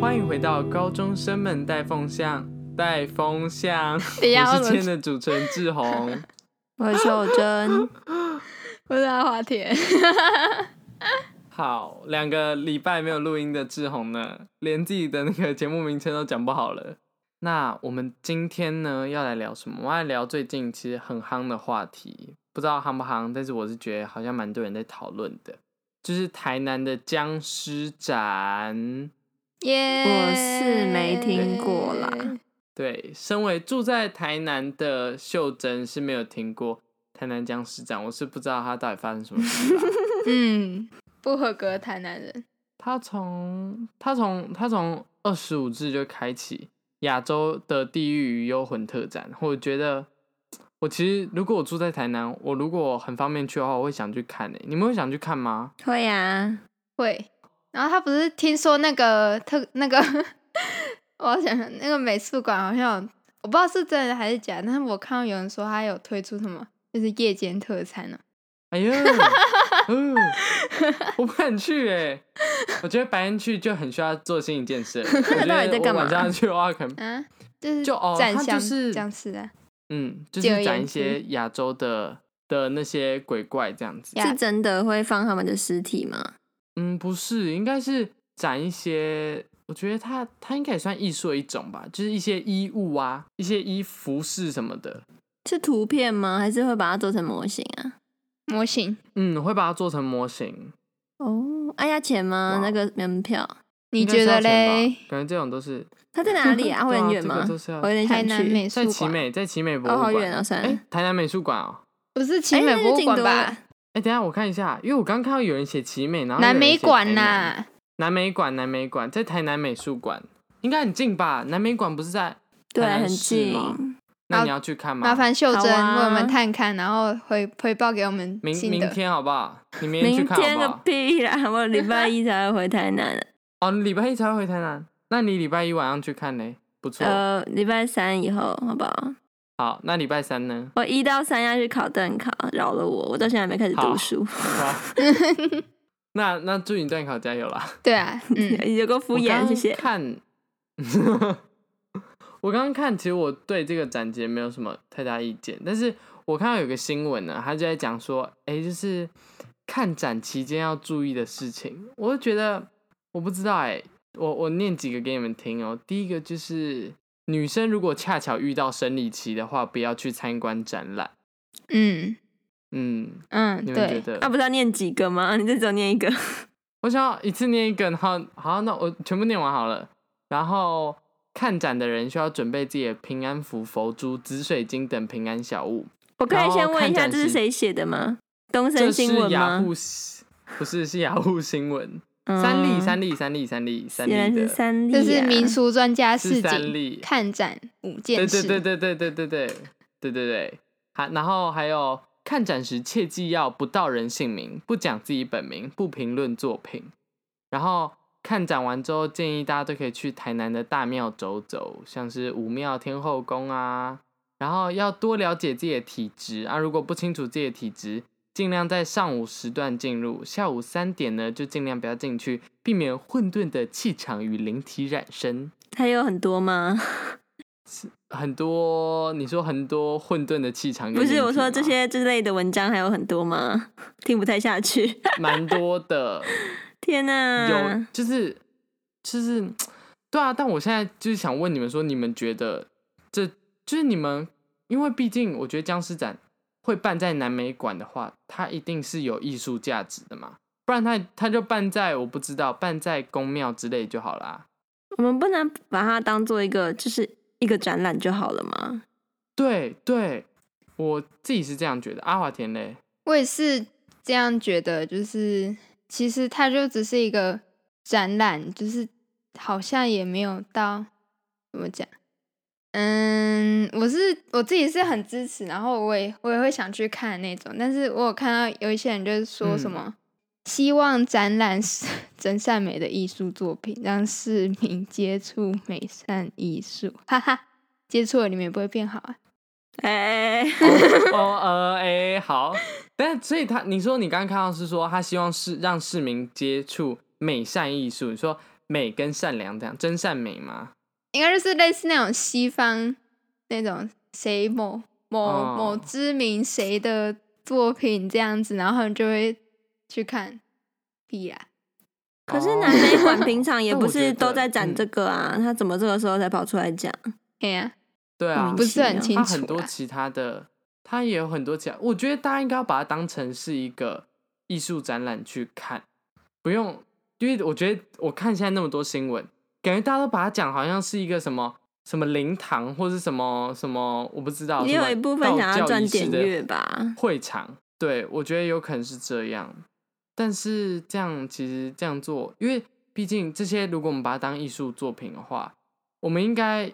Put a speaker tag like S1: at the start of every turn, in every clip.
S1: 欢迎回到高中生们带风向，带风向。
S2: 等一下，
S1: 我
S2: 为
S1: 是今
S2: 什
S1: 天
S2: 么？
S1: 的主持人志宏。
S3: 我是秀珍，
S2: 我是阿华田。
S1: 好，两个礼拜没有录音的志宏呢，连自己的那个节目名称都讲不好了。那我们今天呢要来聊什么？我要来聊最近其实很夯的话题，不知道夯不夯，但是我是觉得好像蛮多人在讨论的，就是台南的僵尸展。
S2: 耶
S3: 我是没听过啦。
S1: 对，身为住在台南的秀珍是没有听过台南僵尸展，我是不知道它到底发生什么 事啦。
S2: 嗯，不合格的台南人。
S1: 它从它从它从二十五日就开启亚洲的地狱与幽魂特展，我觉得我其实如果我住在台南，我如果很方便去的话，我会想去看诶、你们会想去看吗？
S3: 会啊，
S2: 会。然后他不是听说那个特那个， 我要想想那个美术馆好像有我不知道是真的还是假的，但是我看到有人说他有推出什么，就是夜间特哦餐呢、
S1: 哎呦，嗯，我不敢去哎、我觉得白天去就很需要做心理建 设。我觉
S3: 到底在
S1: 得我
S3: 干
S1: 晚
S3: 嘛
S1: 上去的话，可能
S2: 啊，就是
S1: 就哦
S2: 展
S1: 他就
S2: 箱
S1: 是
S2: 僵尸啊，
S1: 嗯，就
S2: 只有
S1: 是展
S2: 岩
S1: 一些亚洲的的那些鬼怪这样子。
S2: 呀
S3: 是真的会放他们的尸体吗？
S1: 嗯，不是，应该是展一些，我觉得它它应该也算艺术的一种吧，就是一些衣物啊，一些衣服饰什么的。
S3: 是图片吗？还是会把它做成模型啊？
S2: 模型，
S1: 嗯，会把它做成模型。
S3: 哦，哎、要钱吗？
S1: 哇
S3: 那个门票，
S2: 你
S1: 应该是
S2: 觉
S1: 要
S2: 得
S1: 钱吧
S2: 嘞？？
S1: 感觉这种都是
S3: 它在哪里 啊？会
S1: 对
S3: 很
S1: 啊
S3: 远
S1: 这个
S3: 吗
S1: 都？是要
S3: 我有点
S2: 台
S3: 想
S2: 南
S3: 去。
S2: 美术
S1: 在
S2: 馆
S1: 奇美，在奇美博
S3: 哦，
S1: 物
S3: 好
S1: 馆
S3: 远。哦，算
S1: 哎、
S3: 了。
S1: 台南美术馆哦。
S2: 不是奇
S3: 哎
S2: 美
S3: 那
S2: 博
S3: 就
S2: 物
S3: 京
S2: 馆
S3: 都
S2: 吧
S3: 啊？
S1: 哎、等一下我看一下，因为我刚看到有人写奇美，然后有
S2: 南
S1: 人
S2: 美
S1: 写台
S2: 馆呐、
S1: 南南美馆，南美馆在台南美术馆，应该很近吧？南美馆不是在？
S3: 对，啊
S1: 台南
S3: 很
S1: 市
S3: 近。
S1: 吗那你
S2: 好
S1: 要去看吗？
S2: 麻烦秀珍
S3: 好啊
S2: 为我们探看，然后回回报给我们
S1: 明
S2: 心
S1: 明
S2: 得。
S1: 天好不好？你明天去
S3: 明
S1: 看
S3: 天
S1: 好
S3: 个
S1: 不好？
S3: 屁啦！我礼拜一才会回台南，
S1: 哦，你礼拜一才会回台南，那你礼拜一晚上去看嘞，不错。
S3: 呃，礼拜三以后，好不好？
S1: 好，那礼拜三呢？
S3: 我一到三要去考段考，饶了我，我到现在还没开始
S1: 好
S3: 读书，
S1: 好那那祝你段考加油啦！
S2: 对啊，嗯，
S3: 你就够敷
S1: 我
S3: 衍，
S1: 刚
S3: 谢谢。
S1: 看， 我刚刚看，其实我对这个展节没有什么太大意见，但是我看到有个新闻啊呢，他就在讲说，哎、就是看展期间要注意的事情，我就觉得我不知道哎、我我念几个给你们听哦、第一个就是女生如果恰巧遇到生理期的话，不要去参观展览。
S2: 嗯
S1: 嗯，
S2: 嗯，
S1: 你们觉
S2: 对，
S1: 得？
S3: 那、啊不是要念几个吗？你就只有念一个，
S1: 我想要一次念一个，然后好，那我全部念完好了。然后看展的人需要准备自己的平安符、佛珠、紫水晶等平安小物。
S3: 我可以先问一
S1: 然后
S3: 下，
S1: 看
S3: 这
S1: 展
S3: 是
S1: 示
S3: 谁写的吗？东
S1: 这
S3: 森
S1: 是
S3: 新闻
S1: 雅
S3: 吗
S1: 虎？新，不是是雅虎新闻。
S3: 嗯
S1: 三立，三立，三立，三立，三立
S3: 原来是
S1: 的
S3: 三立、啊，
S2: 这是民俗专家
S1: 是
S2: 市
S1: 三
S2: 井
S1: 立。
S2: 看展五
S1: 对
S2: 件
S1: 对
S2: 事。
S1: 对对对对对对对对对。还然后还有看展时切记要不道人姓名，不讲自己本名，不评论作品。然后看展完之后，建议大家都可以去台南的大庙走走，像是武庙、天后宫啊。然后要多了解自己的体质啊，如果不清楚自己的体质，尽量在上午时段进入，下午三点呢就尽量不要进去，避免混沌的气场与灵体染身。
S3: 还有很多吗？
S1: 很多，你说很多混沌的气场跟
S3: 不
S1: 灵体
S3: 是，
S1: 吗，
S3: 我说这些之类的文章还有很多吗？听不太下去，
S1: 蛮多的，
S3: 天哪、
S1: 有就是就是，对啊。但我现在就是想问你们说，你们觉得这就是你们，因为毕竟我觉得僵尸展会办在南美馆的话，它一定是有艺术价值的嘛，不然它它就办在我不知道办在宫庙之类就好啦。
S3: 我们不能把它当做一个就是一个展览就好了吗？
S1: 对对，我自己是这样觉得。阿华田嘞，
S2: 我也是这样觉得，就是其实它就只是一个展览，就是好像也没有到怎么讲。嗯，我是我自己是很支持，然后我也我也会想去看的那种，但是我有看到有一些人就是说什
S1: 嗯
S2: 么、希望展览是 真善美的艺术作品，让市民接触美善艺术，哈哈，接触了你们也不会变好啊。
S3: 哎、
S1: 哦呃哎、好，但所以他你说你刚刚看到是说他希望是让市民接触美善艺术，你说美跟善良这样，真善美吗？
S2: 应该就是类似那种西方那种谁某某、
S1: 哦
S2: 某知名谁的作品这样子，然后他们就会去看，啊必然
S3: 可是
S1: 哦
S3: 南美馆平常也
S1: 但
S3: 不
S1: 我觉
S3: 是都
S1: 得
S3: 在展
S1: 嗯
S3: 这个啊，他怎么这个时候才跑出来讲？
S2: 哎呀，
S1: 对啊，
S3: 嗯
S2: 不是很清
S1: 它很
S2: 楚
S1: 多
S2: 啦。
S1: 其他的，它也有很多其他，我觉得大家应该要把它当成是一个艺术展览去看，不用，因为我觉得我看现在那么多新闻，感觉大家都把它讲好像是一个什么什么灵堂或是什么什么，我不知道，
S3: 也
S1: 什么
S3: 有一部分
S1: 道
S3: 想要
S1: 教
S3: 赚
S1: 仪式
S3: 点
S1: 的
S3: 阅吧。
S1: 会场，对我觉得有可能是这样，但是这样其实这样做，因为毕竟这些如果我们把它当艺术作品的话，我们应该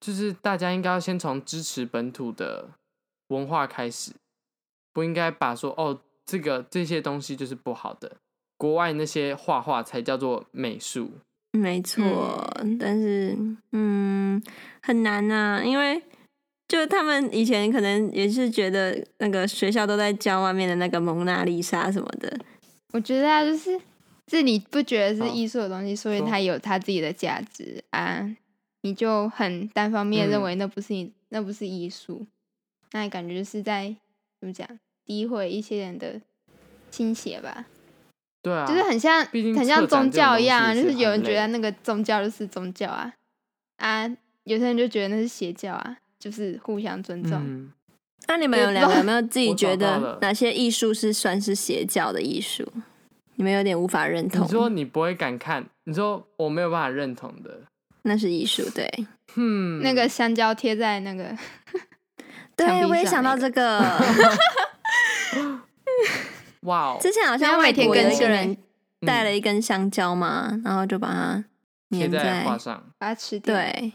S1: 就是大家应该要先从支持本土的文化开始，不应该把说哦这个这些东西就是不好的，国外那些画画才叫做美术，
S3: 没错，但是嗯，很难呐、因为就他们以前可能也是觉得那个学校都在教外面的那个蒙娜丽莎什么的，
S2: 我觉得啊，就是是你不觉得是
S1: 好
S2: 艺术的东西，所以
S1: 说
S2: 它有它自己的价值啊，你就很单方面地认
S1: 嗯
S2: 为那不是你，那不是艺术，那感觉就是在怎么讲，诋毁一些人的倾斜吧，
S1: 对啊，
S2: 就是很像，
S1: 毕竟
S2: 很像
S1: 策展
S2: 宗教一样啊，
S1: 这种
S2: 就
S1: 东西也是
S2: 是有人
S1: 很
S2: 觉得
S1: 累
S2: 那个宗教就是宗教啊，啊，有些人就觉得那是邪教啊，就是互相尊重。
S1: 嗯。
S3: 那你们有
S2: 对
S3: 两个有 没有自己
S1: 我
S3: 觉
S1: 找到
S3: 得
S1: 了
S3: 哪些艺术是算是邪教的艺术？你们有点无法认
S1: 你说
S3: 同，
S1: 你不会敢看，你说我没有办法认同的，
S3: 那是艺术对？
S1: 嗯，
S2: 那个香蕉贴在那个， 墙
S3: 对，
S2: 壁
S3: 我也想
S2: 上
S3: 到
S2: 那个
S3: 这个。
S1: 哇哦，
S3: 之前好
S2: 你
S3: 像
S2: 要
S3: 外
S2: 每天
S3: 国有
S2: 更
S3: 一
S2: 新
S3: 个
S2: 欸
S3: 人带
S1: 嗯
S3: 了一根香蕉嘛，然后就把它
S1: 贴
S3: 粘
S1: 在画上，
S2: 把它吃掉。
S3: 对，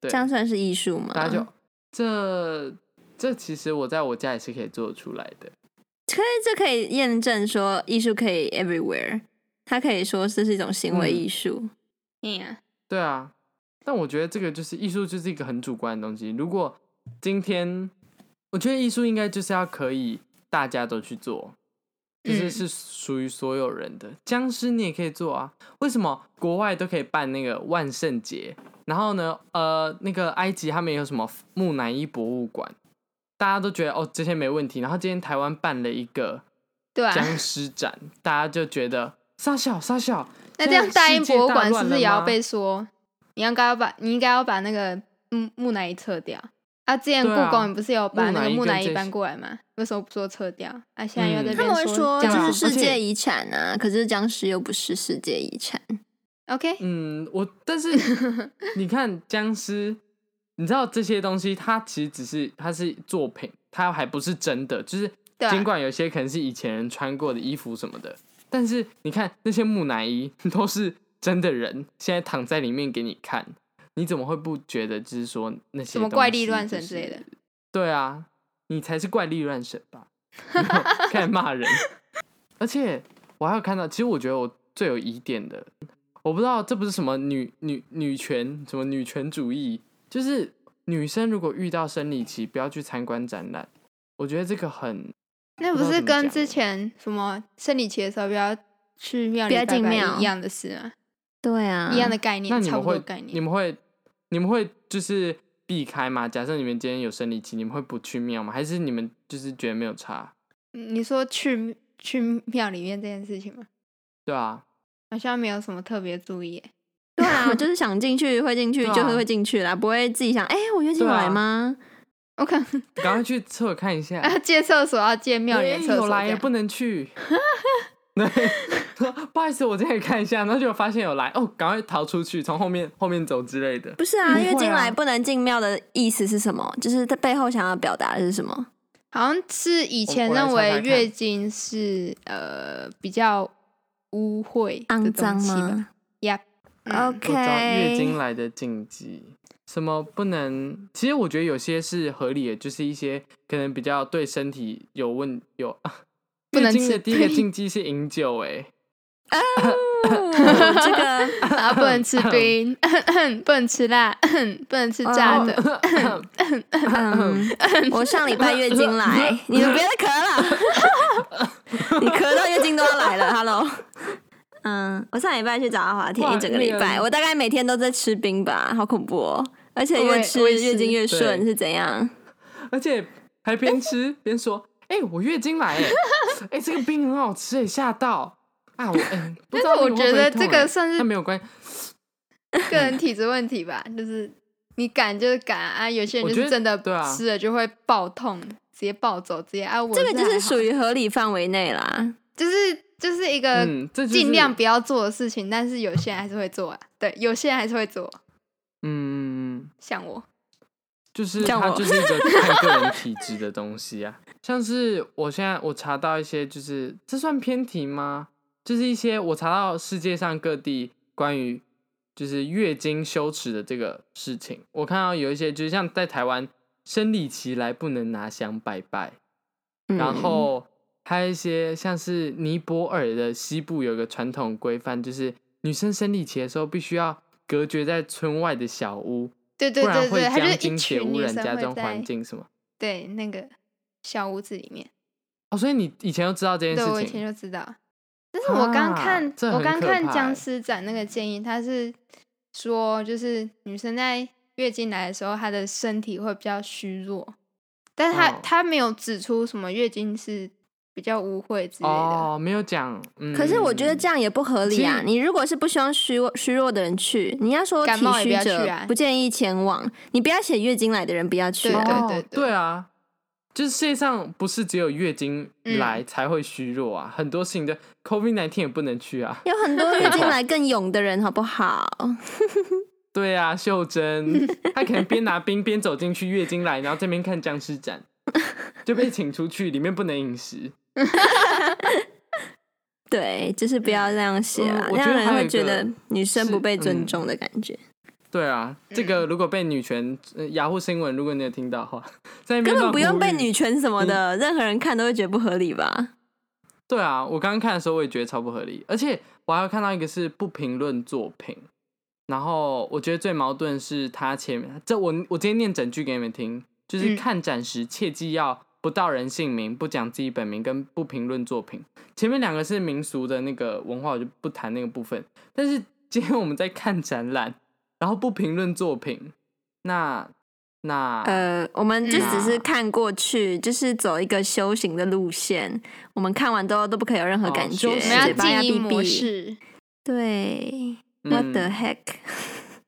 S1: 对，
S3: 这样算是艺术吗？
S1: 大家就这这其实我在我家也是可以做得出来的，
S3: 可以，这可以验证说艺术可以 everywhere，它可以说这是一种行为
S1: 嗯
S3: 艺术。
S2: 对呀、
S1: 对啊，但我觉得这个就是艺术，就是一个很主观的东西。如果今天，我觉得艺术应该就是要可以大家都去做，就是
S2: 嗯
S1: 是属于所有人的。僵尸你也可以做啊，为什么国外都可以办那个万圣节？然后呢，呃，那个埃及他们也有什么木乃伊博物馆，大家都觉得哦这些没问题。然后今天台湾办了一个
S2: 对啊，
S1: 僵尸展，大家就觉得傻小傻小，
S2: 那这样
S1: 现在
S2: 大英
S1: 世界
S2: 博物
S1: 大
S2: 馆
S1: 乱
S2: 是不
S1: 了
S2: 是也要
S1: 吗
S2: 被说？你应该要把你应该要把那个木木乃伊撤掉。啊，之前故
S1: 对啊
S2: 宫你不是有把
S1: 木
S2: 那
S1: 乃
S2: 个
S1: 伊
S2: 木
S1: 跟
S2: 乃伊
S1: 这
S2: 搬
S1: 些
S2: 过来吗？为什么不说撤掉？啊，现在又在
S1: 嗯
S2: 这
S3: 他们会
S2: 边
S3: 说
S2: 这样
S3: 这
S1: 僵
S3: 是世
S1: 尸而且
S3: 界遗产啊，可是僵尸又不是世界遗产。
S2: OK，
S1: 嗯，我但是 你看僵尸，你知道这些东西，它其实只是它是作品，它还不是真的。就是
S2: 对啊
S1: 尽管有些可能是以前人穿过的衣服什么的，但是你看那些木乃伊 都是真的人，现在躺在里面给你看，你怎么会不觉得就是说那些
S2: 什么怪
S1: 东
S2: 力
S1: 西
S2: 乱
S1: 就
S2: 神之类的
S1: 是？对啊，你才是怪力乱神 吧？ 然后开始骂人，而且我还有看到，其实我觉得我最有疑点的，我不知道这不是什么女女女权什么女权主义，就是女生如果遇到生理期，不要去参观展览。我觉得这个很
S2: 那
S1: 不知
S2: 不
S1: 道
S2: 是
S1: 怎么
S2: 跟
S1: 讲
S2: 之
S1: 欸
S2: 前什么生理期的时候不要去庙
S3: 不
S2: 里
S3: 要
S2: 拜拜
S3: 进庙
S2: 一样的事吗？
S3: 对啊，
S2: 一样的概念，
S1: 嗯那你
S2: 差
S1: 们
S2: 不多
S1: 会
S2: 的概
S1: 你
S2: 念。
S1: 们会你们会就是避开吗？假设你们今天有生理期，你们会不去庙吗？还是你们就是觉得没有差？
S2: 嗯你说去去庙里面这件事情吗？
S1: 对啊，
S2: 好像没有什么特别注意欸、
S3: 对啊，就是想进去会进去，
S1: 对啊
S3: 就是会进去啦，不会自己想，哎，我约进
S1: 对啊
S3: 来吗？
S2: 我看
S1: 赶快去厕所看一下。
S2: 啊，借厕所要借 庙里的
S1: 哎
S2: 厕所
S1: 有来
S2: 这
S1: 也
S2: 样，
S1: 不能去。 对， 说不好意思，我这里看一下，然后就发现有来哦，赶快逃出去，从后面后面走之类的。
S3: 不是
S1: 不
S3: 啊，
S1: 会啊
S3: 约进来不能进庙的意思是什么？就是它背后想要表达的是什么？
S2: 好像是以
S1: 我
S2: 前
S1: 我来
S2: 认
S1: 查
S2: 为
S1: 查看
S2: 月经是呃比较污秽的
S3: 肮
S2: 东
S3: 脏
S2: 西吧
S3: 吗
S2: ？Yep，嗯
S1: 我找月经
S3: ？OK，
S1: 来的禁忌，什么不能？其实我觉得有些是合理的，就是一些可能比较对身体有问有。
S2: 不能
S1: 月经
S2: 吃
S1: 的第一个
S2: 对
S1: 禁忌是饮酒、 哎，
S3: 哦这个
S2: 然后不能
S1: 哦
S2: 吃冰， 不能吃辣， 不能吃
S1: 哦
S2: 炸的。
S3: 嗯， 我上礼拜月经 来，你们别再咳了，你咳到月经都要来了，Hello。嗯，我上礼拜去找阿华田
S1: 哇
S3: 一整个礼
S1: 那
S3: 拜，
S1: 个
S3: 我大概每天都在吃冰吧，好恐怖哦！而且
S2: 我
S3: 越
S2: 也
S3: 吃
S2: 我也是
S3: 越经越顺
S1: 对
S3: 是怎样？
S1: 而且还边吃边说：“哎、我月经来、欸，哎、这个冰很好吃、欸，吓到啊！”我、欸、不知道
S2: 但是我
S1: 你会不
S2: 觉得
S1: 会痛
S2: 这个
S1: 欸
S2: 算是
S1: 那没有关系，
S2: 个人体质问题吧，就是你敢就是敢啊，有些人
S1: 我
S2: 就
S1: 觉
S2: 是
S1: 得
S2: 真的
S1: 对啊
S2: 吃了就会爆痛，直接暴走，直接啊，我
S3: 这个就是属
S2: 于
S3: 于合理范围内啦。
S2: 就是就是一个
S1: 嗯，这就是
S2: 尽量不要做的事情，但是有些人还是会做啊，对，有些人还是会做，
S1: 嗯，
S2: 像我，
S1: 就是
S3: 像
S1: 它
S3: 我
S1: 就是一个看个 人体质的东西啊。像是我现在我查到一些，就是这算偏题吗？就是一些我查到世界上各地关于就是月经羞耻的这个事情，我看到有一些就是像在台湾生理期来不能拿香拜拜，
S3: 嗯
S1: 然后还有一些像是尼泊尔的西部有一个传统规范，就是女生生理期的时候必须要隔绝在村外的小屋，
S2: 对对
S1: 不然
S2: 对
S1: 会
S2: 对，他就
S1: 将
S2: 是一
S1: 精血
S2: 群
S1: 污
S2: 女
S1: 染
S2: 生
S1: 家
S2: 会
S1: 中环
S2: 在
S1: 境什么。
S2: 对那个小屋子里面，
S1: 哦，所以你以前就知道这件
S2: 对我
S1: 事
S2: 以前
S1: 情，
S2: 就知道，但是我刚
S1: 啊
S2: 看、
S1: 这
S2: 我
S1: 很
S2: 刚
S1: 可
S2: 看
S1: 怕欸
S2: 僵尸展那个建议，他是说就是女生在月经来的时候，她的身体会比较虚弱，但是她
S1: 哦
S2: 她没有指出什么月经是比较污秽之类的。
S1: 哦，没有讲。嗯，
S3: 可是我觉得这样也不合理啊！
S1: 其实
S3: 你如果是不希望虚弱虚弱的人去，你要说
S2: 感
S3: 体
S2: 冒也不
S3: 虚
S2: 要去
S3: 者
S2: 啊
S3: 不建议前往，你不要写月经来的人不要去
S2: 对
S3: 啊。
S1: 哦
S2: 对对
S1: 对啊，就是世界上不是只有月经
S2: 嗯
S1: 来才会虚弱啊，很多事情的 COVID 1 9也不能去啊。
S3: 有很多月经来更勇的人，好不 好？
S1: 对啊，秀珍，她可能边拿冰边走进去月经来，然后这边看僵尸展，就被请出去，里面不能饮食。
S3: 对，就是不要这样写啦，
S1: 嗯我
S3: 那样
S1: 觉得
S3: 人
S1: 还有
S3: 会
S1: 一
S3: 觉
S1: 个
S3: 得女生
S1: 是
S3: 不被尊
S1: 嗯
S3: 重的感觉。
S1: 对啊，这个如果被女权、呃雅虎新闻，如果你有听到的话，在那边
S3: 根本
S1: 乱
S3: 不用
S1: 呼
S3: 被
S1: 吁
S3: 女权什么的，任何人看都会觉得不合理吧？
S1: 对啊，我刚刚看的时候我也觉得超不合理，而且我还有看到一个是不评论作品，然后我觉得最矛盾的是他前面这我我今天念整句给你们听，就是
S2: 嗯
S1: 看展时切记要不道人姓名、不讲自己本名跟不评论作品。前面两个是民俗的那个文化，我就不谈那个部分。但是今天我们在看展览，然后不评论作品，那那
S3: 呃，我们就
S2: 嗯
S3: 只是看过去，就是走一个修行的路线。我们看完都都不可以有任何
S1: 哦
S3: 感觉，
S1: 修
S2: 我
S1: 行
S2: 们要
S3: 嘴巴
S2: 静音
S3: 闭
S2: 模
S3: 闭。
S2: 式，
S3: 对、w h a t
S1: 嗯
S3: the heck？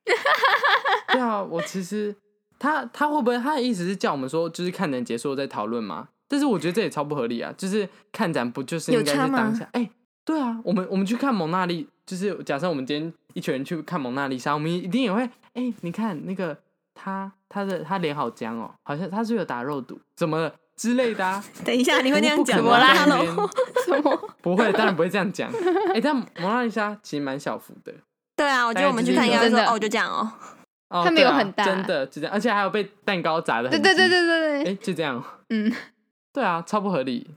S1: 对啊，我其实他他会不会他的意思是叫我们说，就是看展结束后再讨论吗？但是我觉得这也超不合理啊！就是看展不就是应该是
S3: 有差吗
S1: 当下？哎、对啊，我们我们去看蒙娜丽，就是假设我们今天一群人去看蒙娜丽莎，我们一定也会哎、你看那个他他的他脸好僵哦，好像他是有打肉毒怎么了之类 的、啊，
S3: 等一下，你会这样
S1: 不可
S3: 讲
S1: 能
S3: 吗
S1: 在那边
S3: ？Hello，
S2: 什么？
S1: 不会，当然不会这样讲。哎、但蒙娜丽莎其实蛮小幅的，
S3: 对啊，我觉得我们去看应该会说哦，就这样哦。
S1: 哦，
S2: 它没有
S1: 对啊
S2: 很大
S1: 真的就这样，而且还有被蛋糕砸的，
S2: 对对对，对对
S1: 哎、
S2: 对，
S1: 就 这样。
S2: 嗯，
S1: 对啊，超不合理。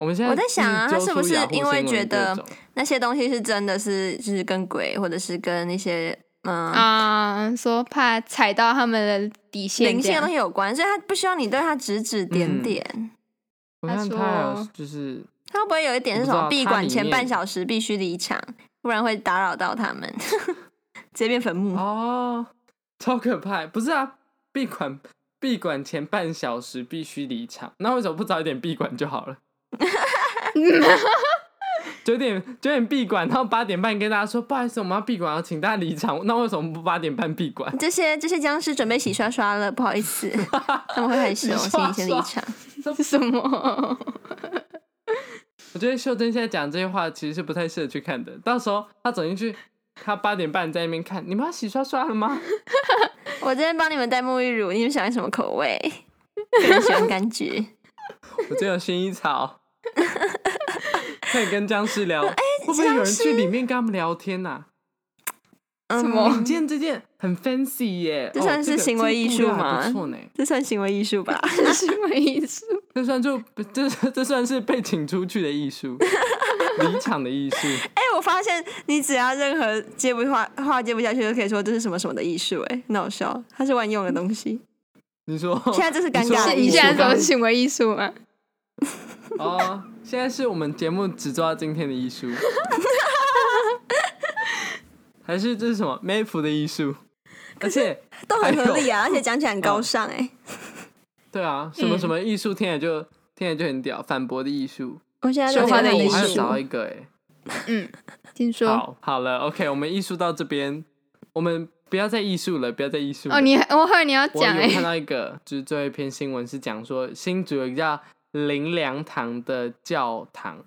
S1: 我们现在
S3: 我在想啊
S1: 一直揪
S3: 他是不
S1: 出
S3: 是
S1: 雅虎
S3: 因为
S1: 新闻
S3: 觉得
S1: 各种
S3: 那些东西是真的是就是跟鬼或者是跟一些嗯、
S2: 啊、说怕踩到他们的底线，
S3: 灵性的东
S2: 西，
S3: 西有关，所以他不希望你对他指指点
S1: 嗯
S3: 点。
S1: 我看
S2: 他
S1: 他有
S2: 说
S1: 就是
S3: 他会不会有一点是什
S1: 我
S3: 么
S1: 不
S3: 闭
S1: 知道它
S3: 馆
S1: 里
S3: 前
S1: 面
S3: 半小时必须离场，不然会打扰到他们， 直接变坟墓。
S1: 哦，超可怕。不是啊，闭馆闭馆前半小时必须离场，那为什么不早一点闭馆就好了？九点九点闭馆，然后八点半跟大家说不好意思，我们要闭馆了，请大家离场。那为什么不八点半闭馆？
S3: 这些这些僵尸准备洗刷刷了，不好意思，他们会害羞，
S1: 洗
S3: 请
S1: 刷
S3: 你先离
S1: 刷
S3: 场。
S2: 是 什么？
S1: 我觉得秀珍现在讲这些话其实是不太适合去看的。到时候她走进去，她八点半在那边看，你们要洗刷刷了吗？
S3: 我这边帮你们带沐浴乳，你们想要什么口味？ 个人喜欢柑 橘。
S1: 我只有薰 衣草。可以跟僵尸聊，
S3: 哎
S1: 会不会有人去里面跟他们聊天呐、
S3: 嗯
S2: 什么
S1: 你今天这件很 fancy 耶，
S3: 这
S1: 哦
S3: 算是
S1: 个
S3: 行为艺术
S1: 这个布料还
S3: 吗
S1: 不错呢，
S3: 这算行为艺术吧？
S2: 这是什么意 思？
S1: 这算就这这算是被请出去的 艺术，离场的艺术。
S3: 哎、我发现你只要任何接不话话接不下去，就可以说这是什么什么的艺术、哎，很好笑，它是万用的东西。
S1: 你说
S3: 现在这是尴尬的
S2: 是
S3: 艺
S2: 你
S3: 术
S2: 现在
S3: 吗
S2: 什么行为艺术吗？
S1: 哦，现在是我们节目只做到今天的艺术。还是这是什么美服的 艺术？而且
S3: 都很合理啊，而且讲起来很高尚哎、
S1: 对啊，什
S2: 嗯
S1: 么什么艺术，听起来就听起来就很屌，反驳的艺术，
S3: 我现在
S2: 说
S3: 都
S2: 话
S3: 觉
S2: 的
S3: 得很
S2: 艺
S1: 我
S2: 术
S1: 还
S3: 艺
S1: 有
S3: 术
S1: 找到一个哎、
S2: 嗯，听说
S1: 好，好了，OK，我们艺术到这边，我们不要再艺术了，不要再艺术了。
S2: 哦，你我以为你要
S1: 我
S2: 讲
S1: 有
S2: 哎、
S1: 看到一个，就是最后一篇新闻是讲说，新竹有一个叫林良堂的教堂，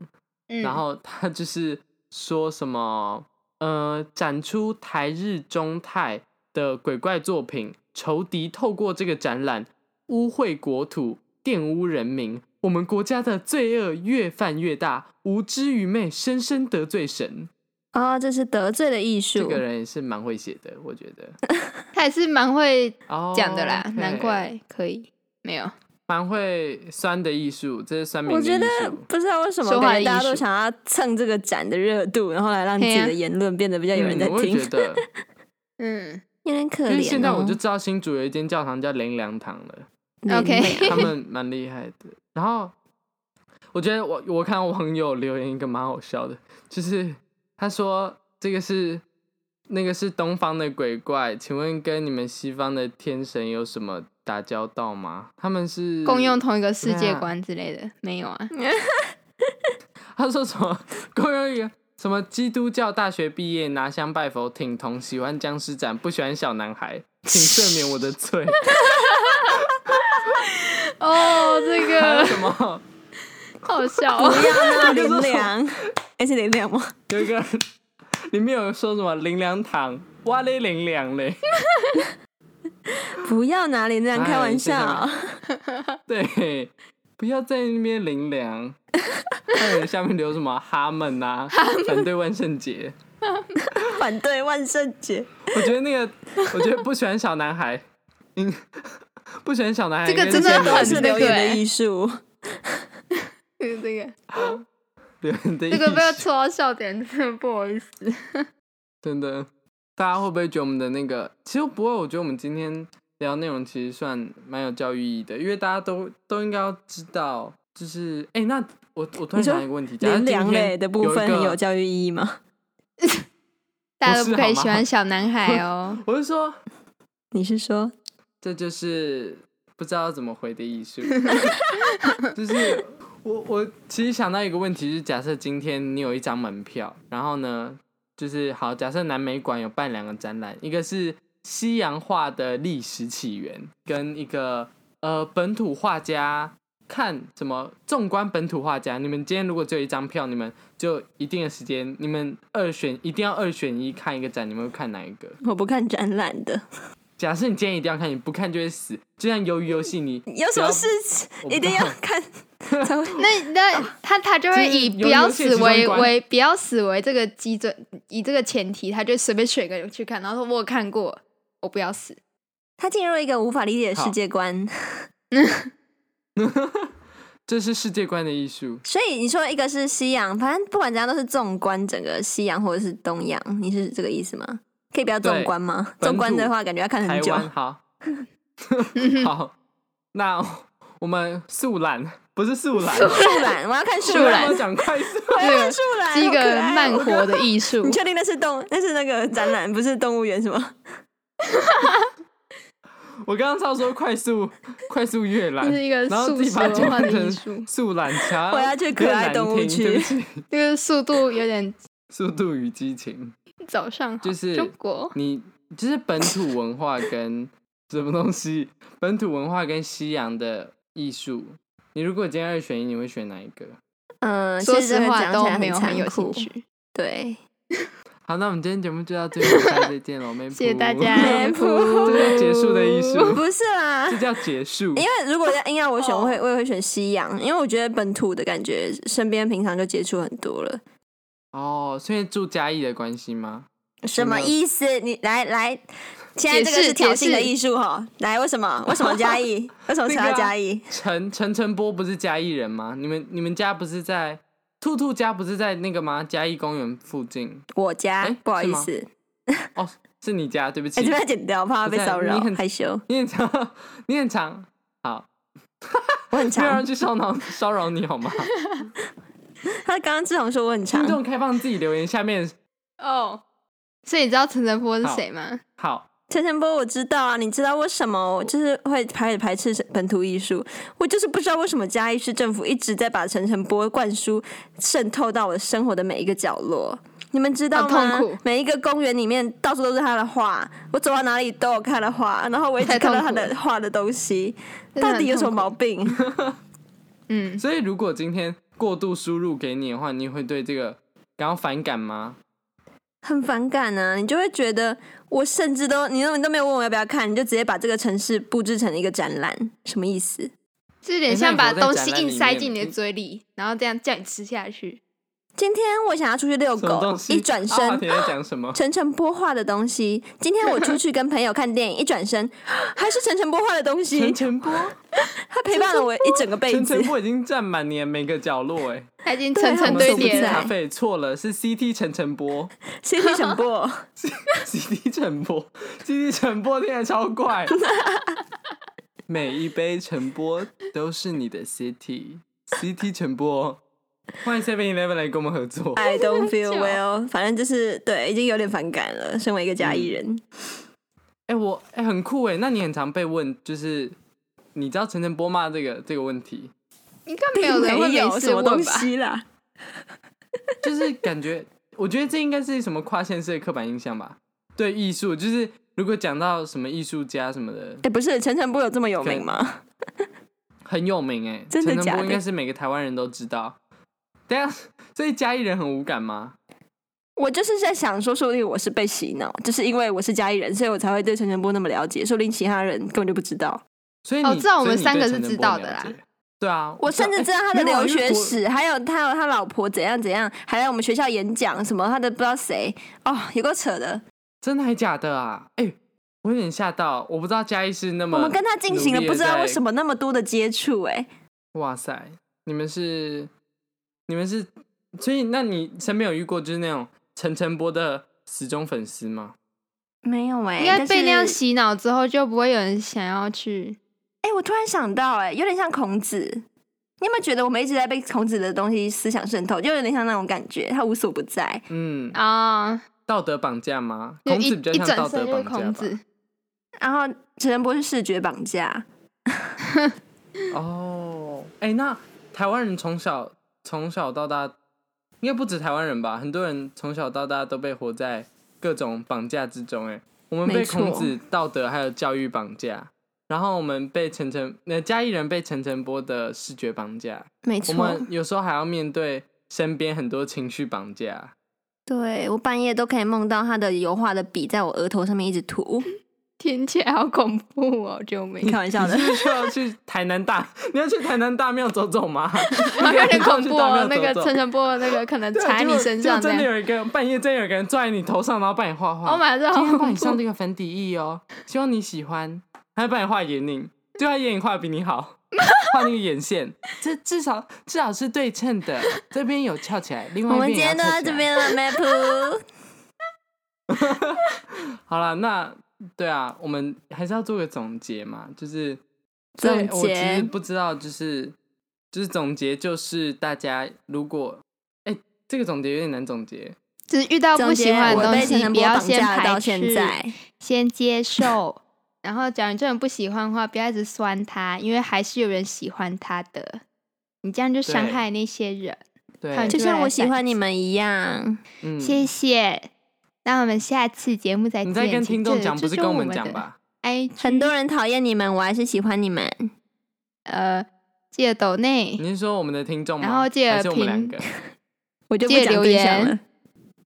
S2: 嗯，
S1: 然后他就是说什么，呃，展出台日中泰的鬼怪作品，仇敌透过这个展览污秽国土，玷污人民，我们国家的罪恶越犯越大，无知愚昧深深得罪神。
S3: 啊、这是得罪的艺
S1: 这
S3: 术。
S1: 个人也是蛮会写的，我觉 得。
S2: 他也是蛮会
S1: 哦，
S2: 讲的啦
S1: OK
S2: 难怪可以没有。
S1: 蛮会酸的艺术，这是酸民
S3: 我
S1: 的艺
S3: 觉得
S1: 术。
S3: 不知道为什么，
S2: 说话的
S3: 感觉大
S2: 艺
S3: 家都
S2: 术
S3: 想要蹭这个展的热度，然后来让自己
S2: 嘿
S3: 的
S2: 呀
S3: 言论变得比较有人在
S1: 嗯我也
S3: 听，
S1: 觉得，
S2: 嗯，
S3: 有点 可
S1: 因
S3: 怜、哦。
S1: 为现在我就知道新竹有一间教堂叫林良堂了，
S3: 人
S2: OK
S3: 类啊
S1: 哎他们蛮厉害的。然后我觉得我我看到网友留言一个蛮好笑的，就是他说这个是那个是东方的鬼怪，请问跟你们西方的天神有什么打交道吗？他们是
S2: 共用同一个世界
S1: 那
S2: 观之类的没有啊？
S1: 嗯他说什么？共用一个什么基督教大学毕业，拿香拜佛，挺同，喜欢僵尸展，不喜欢小男孩，请赦免我的罪。
S2: 哦，这
S1: 还有
S2: 个
S1: 什么？
S2: 好笑
S3: 不
S2: 哦。
S3: 要那
S1: 就
S3: 林
S1: 是
S3: 良，哎、是林良吗？
S1: 有一个人里面有说什么林良堂，哇嘞林良嘞，
S3: 不要拿林良
S1: 哎
S3: 开玩
S1: 谢谢
S3: 笑，
S1: 对，不要在那边林良。还有人下面留什么哈们呐、反对万圣节。
S3: 反对万圣节。
S1: 我觉得那个，我觉得不喜欢小男孩，嗯，不喜欢小男孩
S2: 这
S1: 应
S2: 个
S1: 该是
S2: 真
S1: 先
S2: 的
S1: 留言，
S2: 很
S3: 都是
S2: 那
S3: 留
S2: 个
S3: 言的
S2: 欸
S3: 艺术，
S2: 这个
S1: 留言的
S2: 这个
S1: 意
S2: 被
S1: 思
S2: 戳到笑点，真的不好意思。
S1: 真的，大家会不会觉得我们的那个？其实不会，我觉得我们今天聊内容其实算蛮有教育意义的，因为大家都都应该要知道，就是哎、那我我突然
S3: 你说
S1: 想到一个问题，假如
S3: 林
S1: 今天
S3: 良类的部分
S1: 有
S3: 很
S1: 一
S3: 有
S1: 个，
S3: 教育意义吗？
S2: 大家都
S1: 不是
S2: 不可以
S1: 好吗
S2: 喜欢小男 孩哦。
S1: 我是说，
S3: 你是说
S1: 这就是不知道怎么回的艺术，就是我我其实想到一个问题，就是假设今天你有一张门票，然后呢，就是好，假设南美馆有办两个展览，一个是西洋画的历史起源，跟一个呃本土画家。看怎么纵观本土画家，你们今天如果只有一张票，你们就一定的时间，你们二选一定要二选一看一个展，你们会看哪一个？
S3: 我不看展览的，
S1: 假设你今天一定要看，你不看就会死。就像鱿鱼游戏，你
S3: 有什么事
S1: 我不
S3: 一定要看才 会？
S2: 那 那他他就会
S1: 就是
S2: 以
S1: 有
S2: 不要
S1: 游戏的
S2: 死
S1: 其中一
S2: 为
S1: 关
S2: 为不要死为这个基准，以这个前提，他就随便选一个去看，然后说我有看过，我不要死。
S3: 他进入一个无法理解的世界观，
S1: 这是世界观的艺术。
S3: 所以你说一个是西洋，反正不管怎样都是纵观整个西洋或者是东洋，你是这个意思吗？可以不要纵观吗？
S1: 对
S3: 纵观的话，感觉要看
S1: 台
S3: 很久。
S1: 湾好，好，那我们速览不是速 览，
S3: 树懒，我要看树
S2: 树懒
S3: 懒
S1: 我，讲快速。
S3: 我要看树
S1: 哎
S3: 懒，
S2: 是一
S3: 好可
S2: 个
S3: 爱哦
S2: 慢 活的 艺术
S3: 你，确定那是动那是那个展览，不是动物园是 吗？
S1: 我刚刚超说快速， 快速阅览，
S2: 这是一个
S1: 然后
S2: 速
S1: 自己
S2: 食
S1: 把它
S2: 文化
S1: 换
S2: 的艺
S1: 成
S2: 术
S1: 速览墙。
S3: 我要去
S1: 有
S3: 可
S1: 点
S3: 爱
S1: 难
S3: 动物
S1: 听
S3: 区
S1: 对不起
S2: 就是速度有点
S1: 速度与激情，
S2: 早上好
S1: 就是
S2: 中国
S1: 你就是本土文化跟什么东西？本土文化跟西洋的艺术，你如果今天二选一，你会选哪一个？
S3: 嗯，
S2: 说
S3: 其
S2: 实
S3: 这个
S2: 话
S3: 讲
S2: 都
S3: 起来
S2: 没有很
S3: 残
S2: 有兴
S3: 酷
S2: 趣。
S3: 对，
S1: 好，那我们今天节目就到这里，下次再见 喽，妹夫
S2: 谢谢大 家，
S3: 没 谱
S1: 这就是结束的艺术，
S3: 不是啦
S1: 这，叫结束
S3: 因。为如果要硬要我选，我会我也会选西洋，因为我觉得本土的感觉，身边平常就接触很多了。
S1: 哦，所以住嘉义的关系吗？
S3: 什么意思？你来来，现在这个
S2: 解释
S3: 是挑衅
S2: 解
S3: 的
S2: 释
S3: 艺术哈。来，为什么？为什么嘉 义？为什么扯
S1: 那
S3: 到
S1: 个啊
S3: 嘉义？
S1: 陈陈晨波不是嘉义人吗？你们你们家不是在兔兔家不是在那个吗？嘉义公园附近？
S3: 我家
S1: 哎
S3: 不好
S1: 是
S3: 意
S1: 吗
S3: 思，
S1: 哦，是你家，对不
S3: 哎，
S1: 起
S3: 这，边要剪掉，怕
S1: 不
S3: 被
S1: 在
S3: 骚
S1: 你
S3: 扰
S1: 很，
S3: 害羞。
S1: 你很长， 你很长，好，
S3: 我很
S1: 没有啊
S3: 长
S1: 人，去骚扰骚扰你好吗？
S3: 他刚刚志宏说我很长
S1: 听。众开放自己留言，下面
S2: 哦。所以你知道陈晨波是谁吗？
S1: 好，
S3: 陈晨波我知道啊，你知道为什么我就是会排排斥本土艺术？我就是不知道为什么嘉义市政府一直在把陈晨波灌输渗透到我的生活的每一个角落。你们知道吗？
S2: 好痛苦
S3: 每一个公园里面到处都是他的画，我走到哪里都有看他的画，然后我一直
S2: 太
S3: 看
S2: 痛
S3: 到
S2: 苦
S3: 他的
S2: 了
S3: 画的东西，
S2: 真的
S3: 到
S2: 很
S3: 底有什么
S2: 痛苦
S3: 毛？病？
S2: 嗯，
S1: 所以如果今天过度输入给你的话，你会对这个感到反感吗？
S3: 很反感啊！你就会觉得，我甚至都你都你都没有问我要不要看，你就直接把这个城市布置成一个展览，什么意思？
S2: 就
S1: 诶
S2: 有点
S1: 那
S2: 像
S1: 你
S2: 把
S1: 活在
S2: 东
S1: 展
S2: 西
S1: 览
S2: 硬
S1: 里
S2: 塞
S1: 面
S2: 进你的
S1: 嗯
S2: 嘴里，然后这样叫你吃下去。
S3: 今天我想要出去遛
S1: 什么
S3: 狗
S1: 东，西？
S3: 一转身，
S2: 哦
S1: 阿华田在讲 什么？
S3: 陈晨波画的东西。今天我出去跟朋友看 电影，一转身还是陈晨波画的东西
S1: 陈，晨波，
S3: 他陪伴了我一整个辈
S1: 陈
S3: 子
S1: 晨。波已经占满你的每个角落哎。
S2: 它已经
S3: 对
S2: 层
S3: 啊
S1: 我
S2: 层
S1: 们
S2: 堆
S1: 说不
S2: 叠
S1: 是
S3: 在
S1: 咖
S2: 了，
S1: 啡错了，是 CT 陈晨波
S3: 谢谢陈 波，
S1: ，CT 陈波，CT 陈波听起来 超怪。每一杯陈波都是你的 CT，CT 陈波，欢迎 Seven Eleven 来跟我们合作。
S3: I don't feel well，反正就是对，已经有点反感了。身为一个嘉义人，
S1: 哎、我哎、很酷哎，那你很常被问，就是你知道陈晨波骂这个这个问题，
S2: 应该没 有人会
S3: 没有
S2: 没
S3: 什
S2: 事
S3: 么东
S2: 问吧？
S3: 西啦。
S1: 就是感觉，我觉得这应该是什么跨县市的刻板印象吧？对艺术，就是如果讲到什么艺术家什么的，
S3: 哎，不是陈晨波有这么有名吗？
S1: 很有名哎，
S3: 真的
S1: 陈
S3: 假
S1: 晨
S3: 的
S1: 波应该是每个台湾人都知道。等一下，所以嘉义人很无感吗？
S3: 我就是在想说，说不定我是被洗脑，就是因为我是嘉义人，所以我才会对陈晨波那么了解。说不定其他人根本就不知道。
S1: 所以你
S2: 哦知道我
S1: 所以
S2: 们
S1: 你
S2: 三
S1: 对
S2: 个
S1: 陈
S2: 是
S1: 晨
S2: 知
S1: 波
S2: 道
S1: 了
S2: 的啦
S1: 解。对啊，
S3: 我甚至知道他的
S1: 没有啊
S3: 留
S1: 因为
S3: 学
S1: 国
S3: 史，还有他有他老婆怎样怎样，还有我们学校演讲什么，他的不知道谁哦，有够扯的。
S1: 真的还假的啊？哎、我有点吓到，我不知道嘉义是那么
S3: 我们跟他进行了
S1: 努力
S3: 不
S1: 地
S3: 知道为
S1: 在
S3: 什么那么多的接触、哎，
S1: 哇塞，你们是你们是，所以那你身边有遇过就是那种陈晨波的死忠粉丝吗？
S3: 没有哎、
S2: 应该
S3: 但
S2: 被
S3: 是
S2: 那样洗脑之后，就不会有人想要去。
S3: 哎、我突然想到、哎，有点像孔子。你有没有觉得我们一直在被孔子的东西思想渗透，就有点像那种感觉，他无所不在。
S1: 嗯，
S2: 啊、
S1: 道德绑架吗？
S2: 就
S1: 孔
S2: 一
S1: 子比较
S2: 一
S1: 像道德
S2: 转身就是
S1: 绑架
S2: 孔
S1: 吧
S2: 子。
S3: 然后陈晨波是视觉绑架，
S1: 哦，哎、那台湾人从小从小到大，应该不止台湾人吧？很多人从小到大都被活在各种绑架之中、哎，我们
S3: 没
S1: 被
S3: 错
S1: 孔子、道德还有教育绑架，然后我们被陈晨，那、嘉义人被陈晨波的视觉绑架，
S3: 没
S1: 我
S3: 错
S1: 们。有时候还要面对身边很多情绪绑架。
S3: 对我半夜都可以梦到他的油画的笔在我额头上面一直 涂，
S2: 听起来好恐怖哦，救命！
S3: 开玩笑的
S1: 你。是不是要去台南大？你要去台南大庙走走 吗？
S2: 啊有点恐怖哦，那个
S1: 陈
S2: 陈晨波的那个可能
S1: 对啊
S2: 踩在
S1: 结
S2: 你
S1: 果
S2: 身
S1: 结果
S2: 上这
S1: 真的
S2: 样。
S1: 有一个半夜真有一个人坐在你头上，然后帮你画画。
S2: Oh my god！
S1: 今天帮你
S2: 好
S1: 上
S2: 恐
S1: 这个粉底液哦，希望你喜欢。他还帮你画眼影，对他眼影画的比你好， 画那个眼线，这至少至少是对称的，这边有翘起来，另
S3: 我
S1: 外
S3: 们
S1: 一
S3: 今
S1: 边也
S3: 天
S1: 要
S3: 都
S1: 翘
S3: 到
S1: 起
S3: 这
S1: 来。
S3: 边了 ，Map。
S1: 好了，那对啊，我们还是要做个总结嘛，就是
S3: 总
S1: 对我其
S3: 结
S1: 实不知道，就是就是总结，就是大家如果哎、这个总结有点难总结，
S2: 怖只是遇到不
S3: 总
S2: 喜
S3: 结
S2: 欢
S3: 我
S2: 的
S3: 被
S2: 东
S3: 陈
S2: 西，
S3: 晨
S2: 不
S3: 波
S2: 要
S3: 绑
S2: 先
S3: 架
S2: 排
S3: 到
S2: 斥，
S3: 现在，
S2: 先接受。然后，假如这人不喜欢的话，不要一直酸他，因为还是有人喜欢他的。你这样就伤
S1: 对
S2: 害那些人。
S1: 对，
S2: 好
S3: 就像我喜欢
S2: 对
S3: 你们一样。
S1: 嗯，
S2: 谢谢，那我们下次节目再见。
S1: 你在跟听众讲，不是跟
S2: 我
S1: 我们讲？吧？
S2: 哎，
S3: 很多人讨厌你们，我还是喜欢你们。
S2: 呃，记得抖内
S1: 你是说我们的听众吗？
S2: 然后记得
S1: 还是我们两
S2: 评
S1: 个？
S3: 我就不
S2: 借
S3: 讲
S2: 留
S3: 对象
S2: 言
S3: 了。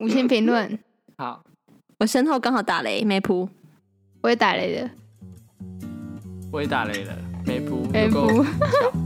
S2: 五星评论，
S1: 好，
S3: 我身后刚好打雷，没扑。
S2: 我会打雷的。
S1: 我也打雷了，没扑，
S2: 没
S1: 有够
S2: 扑
S1: 巧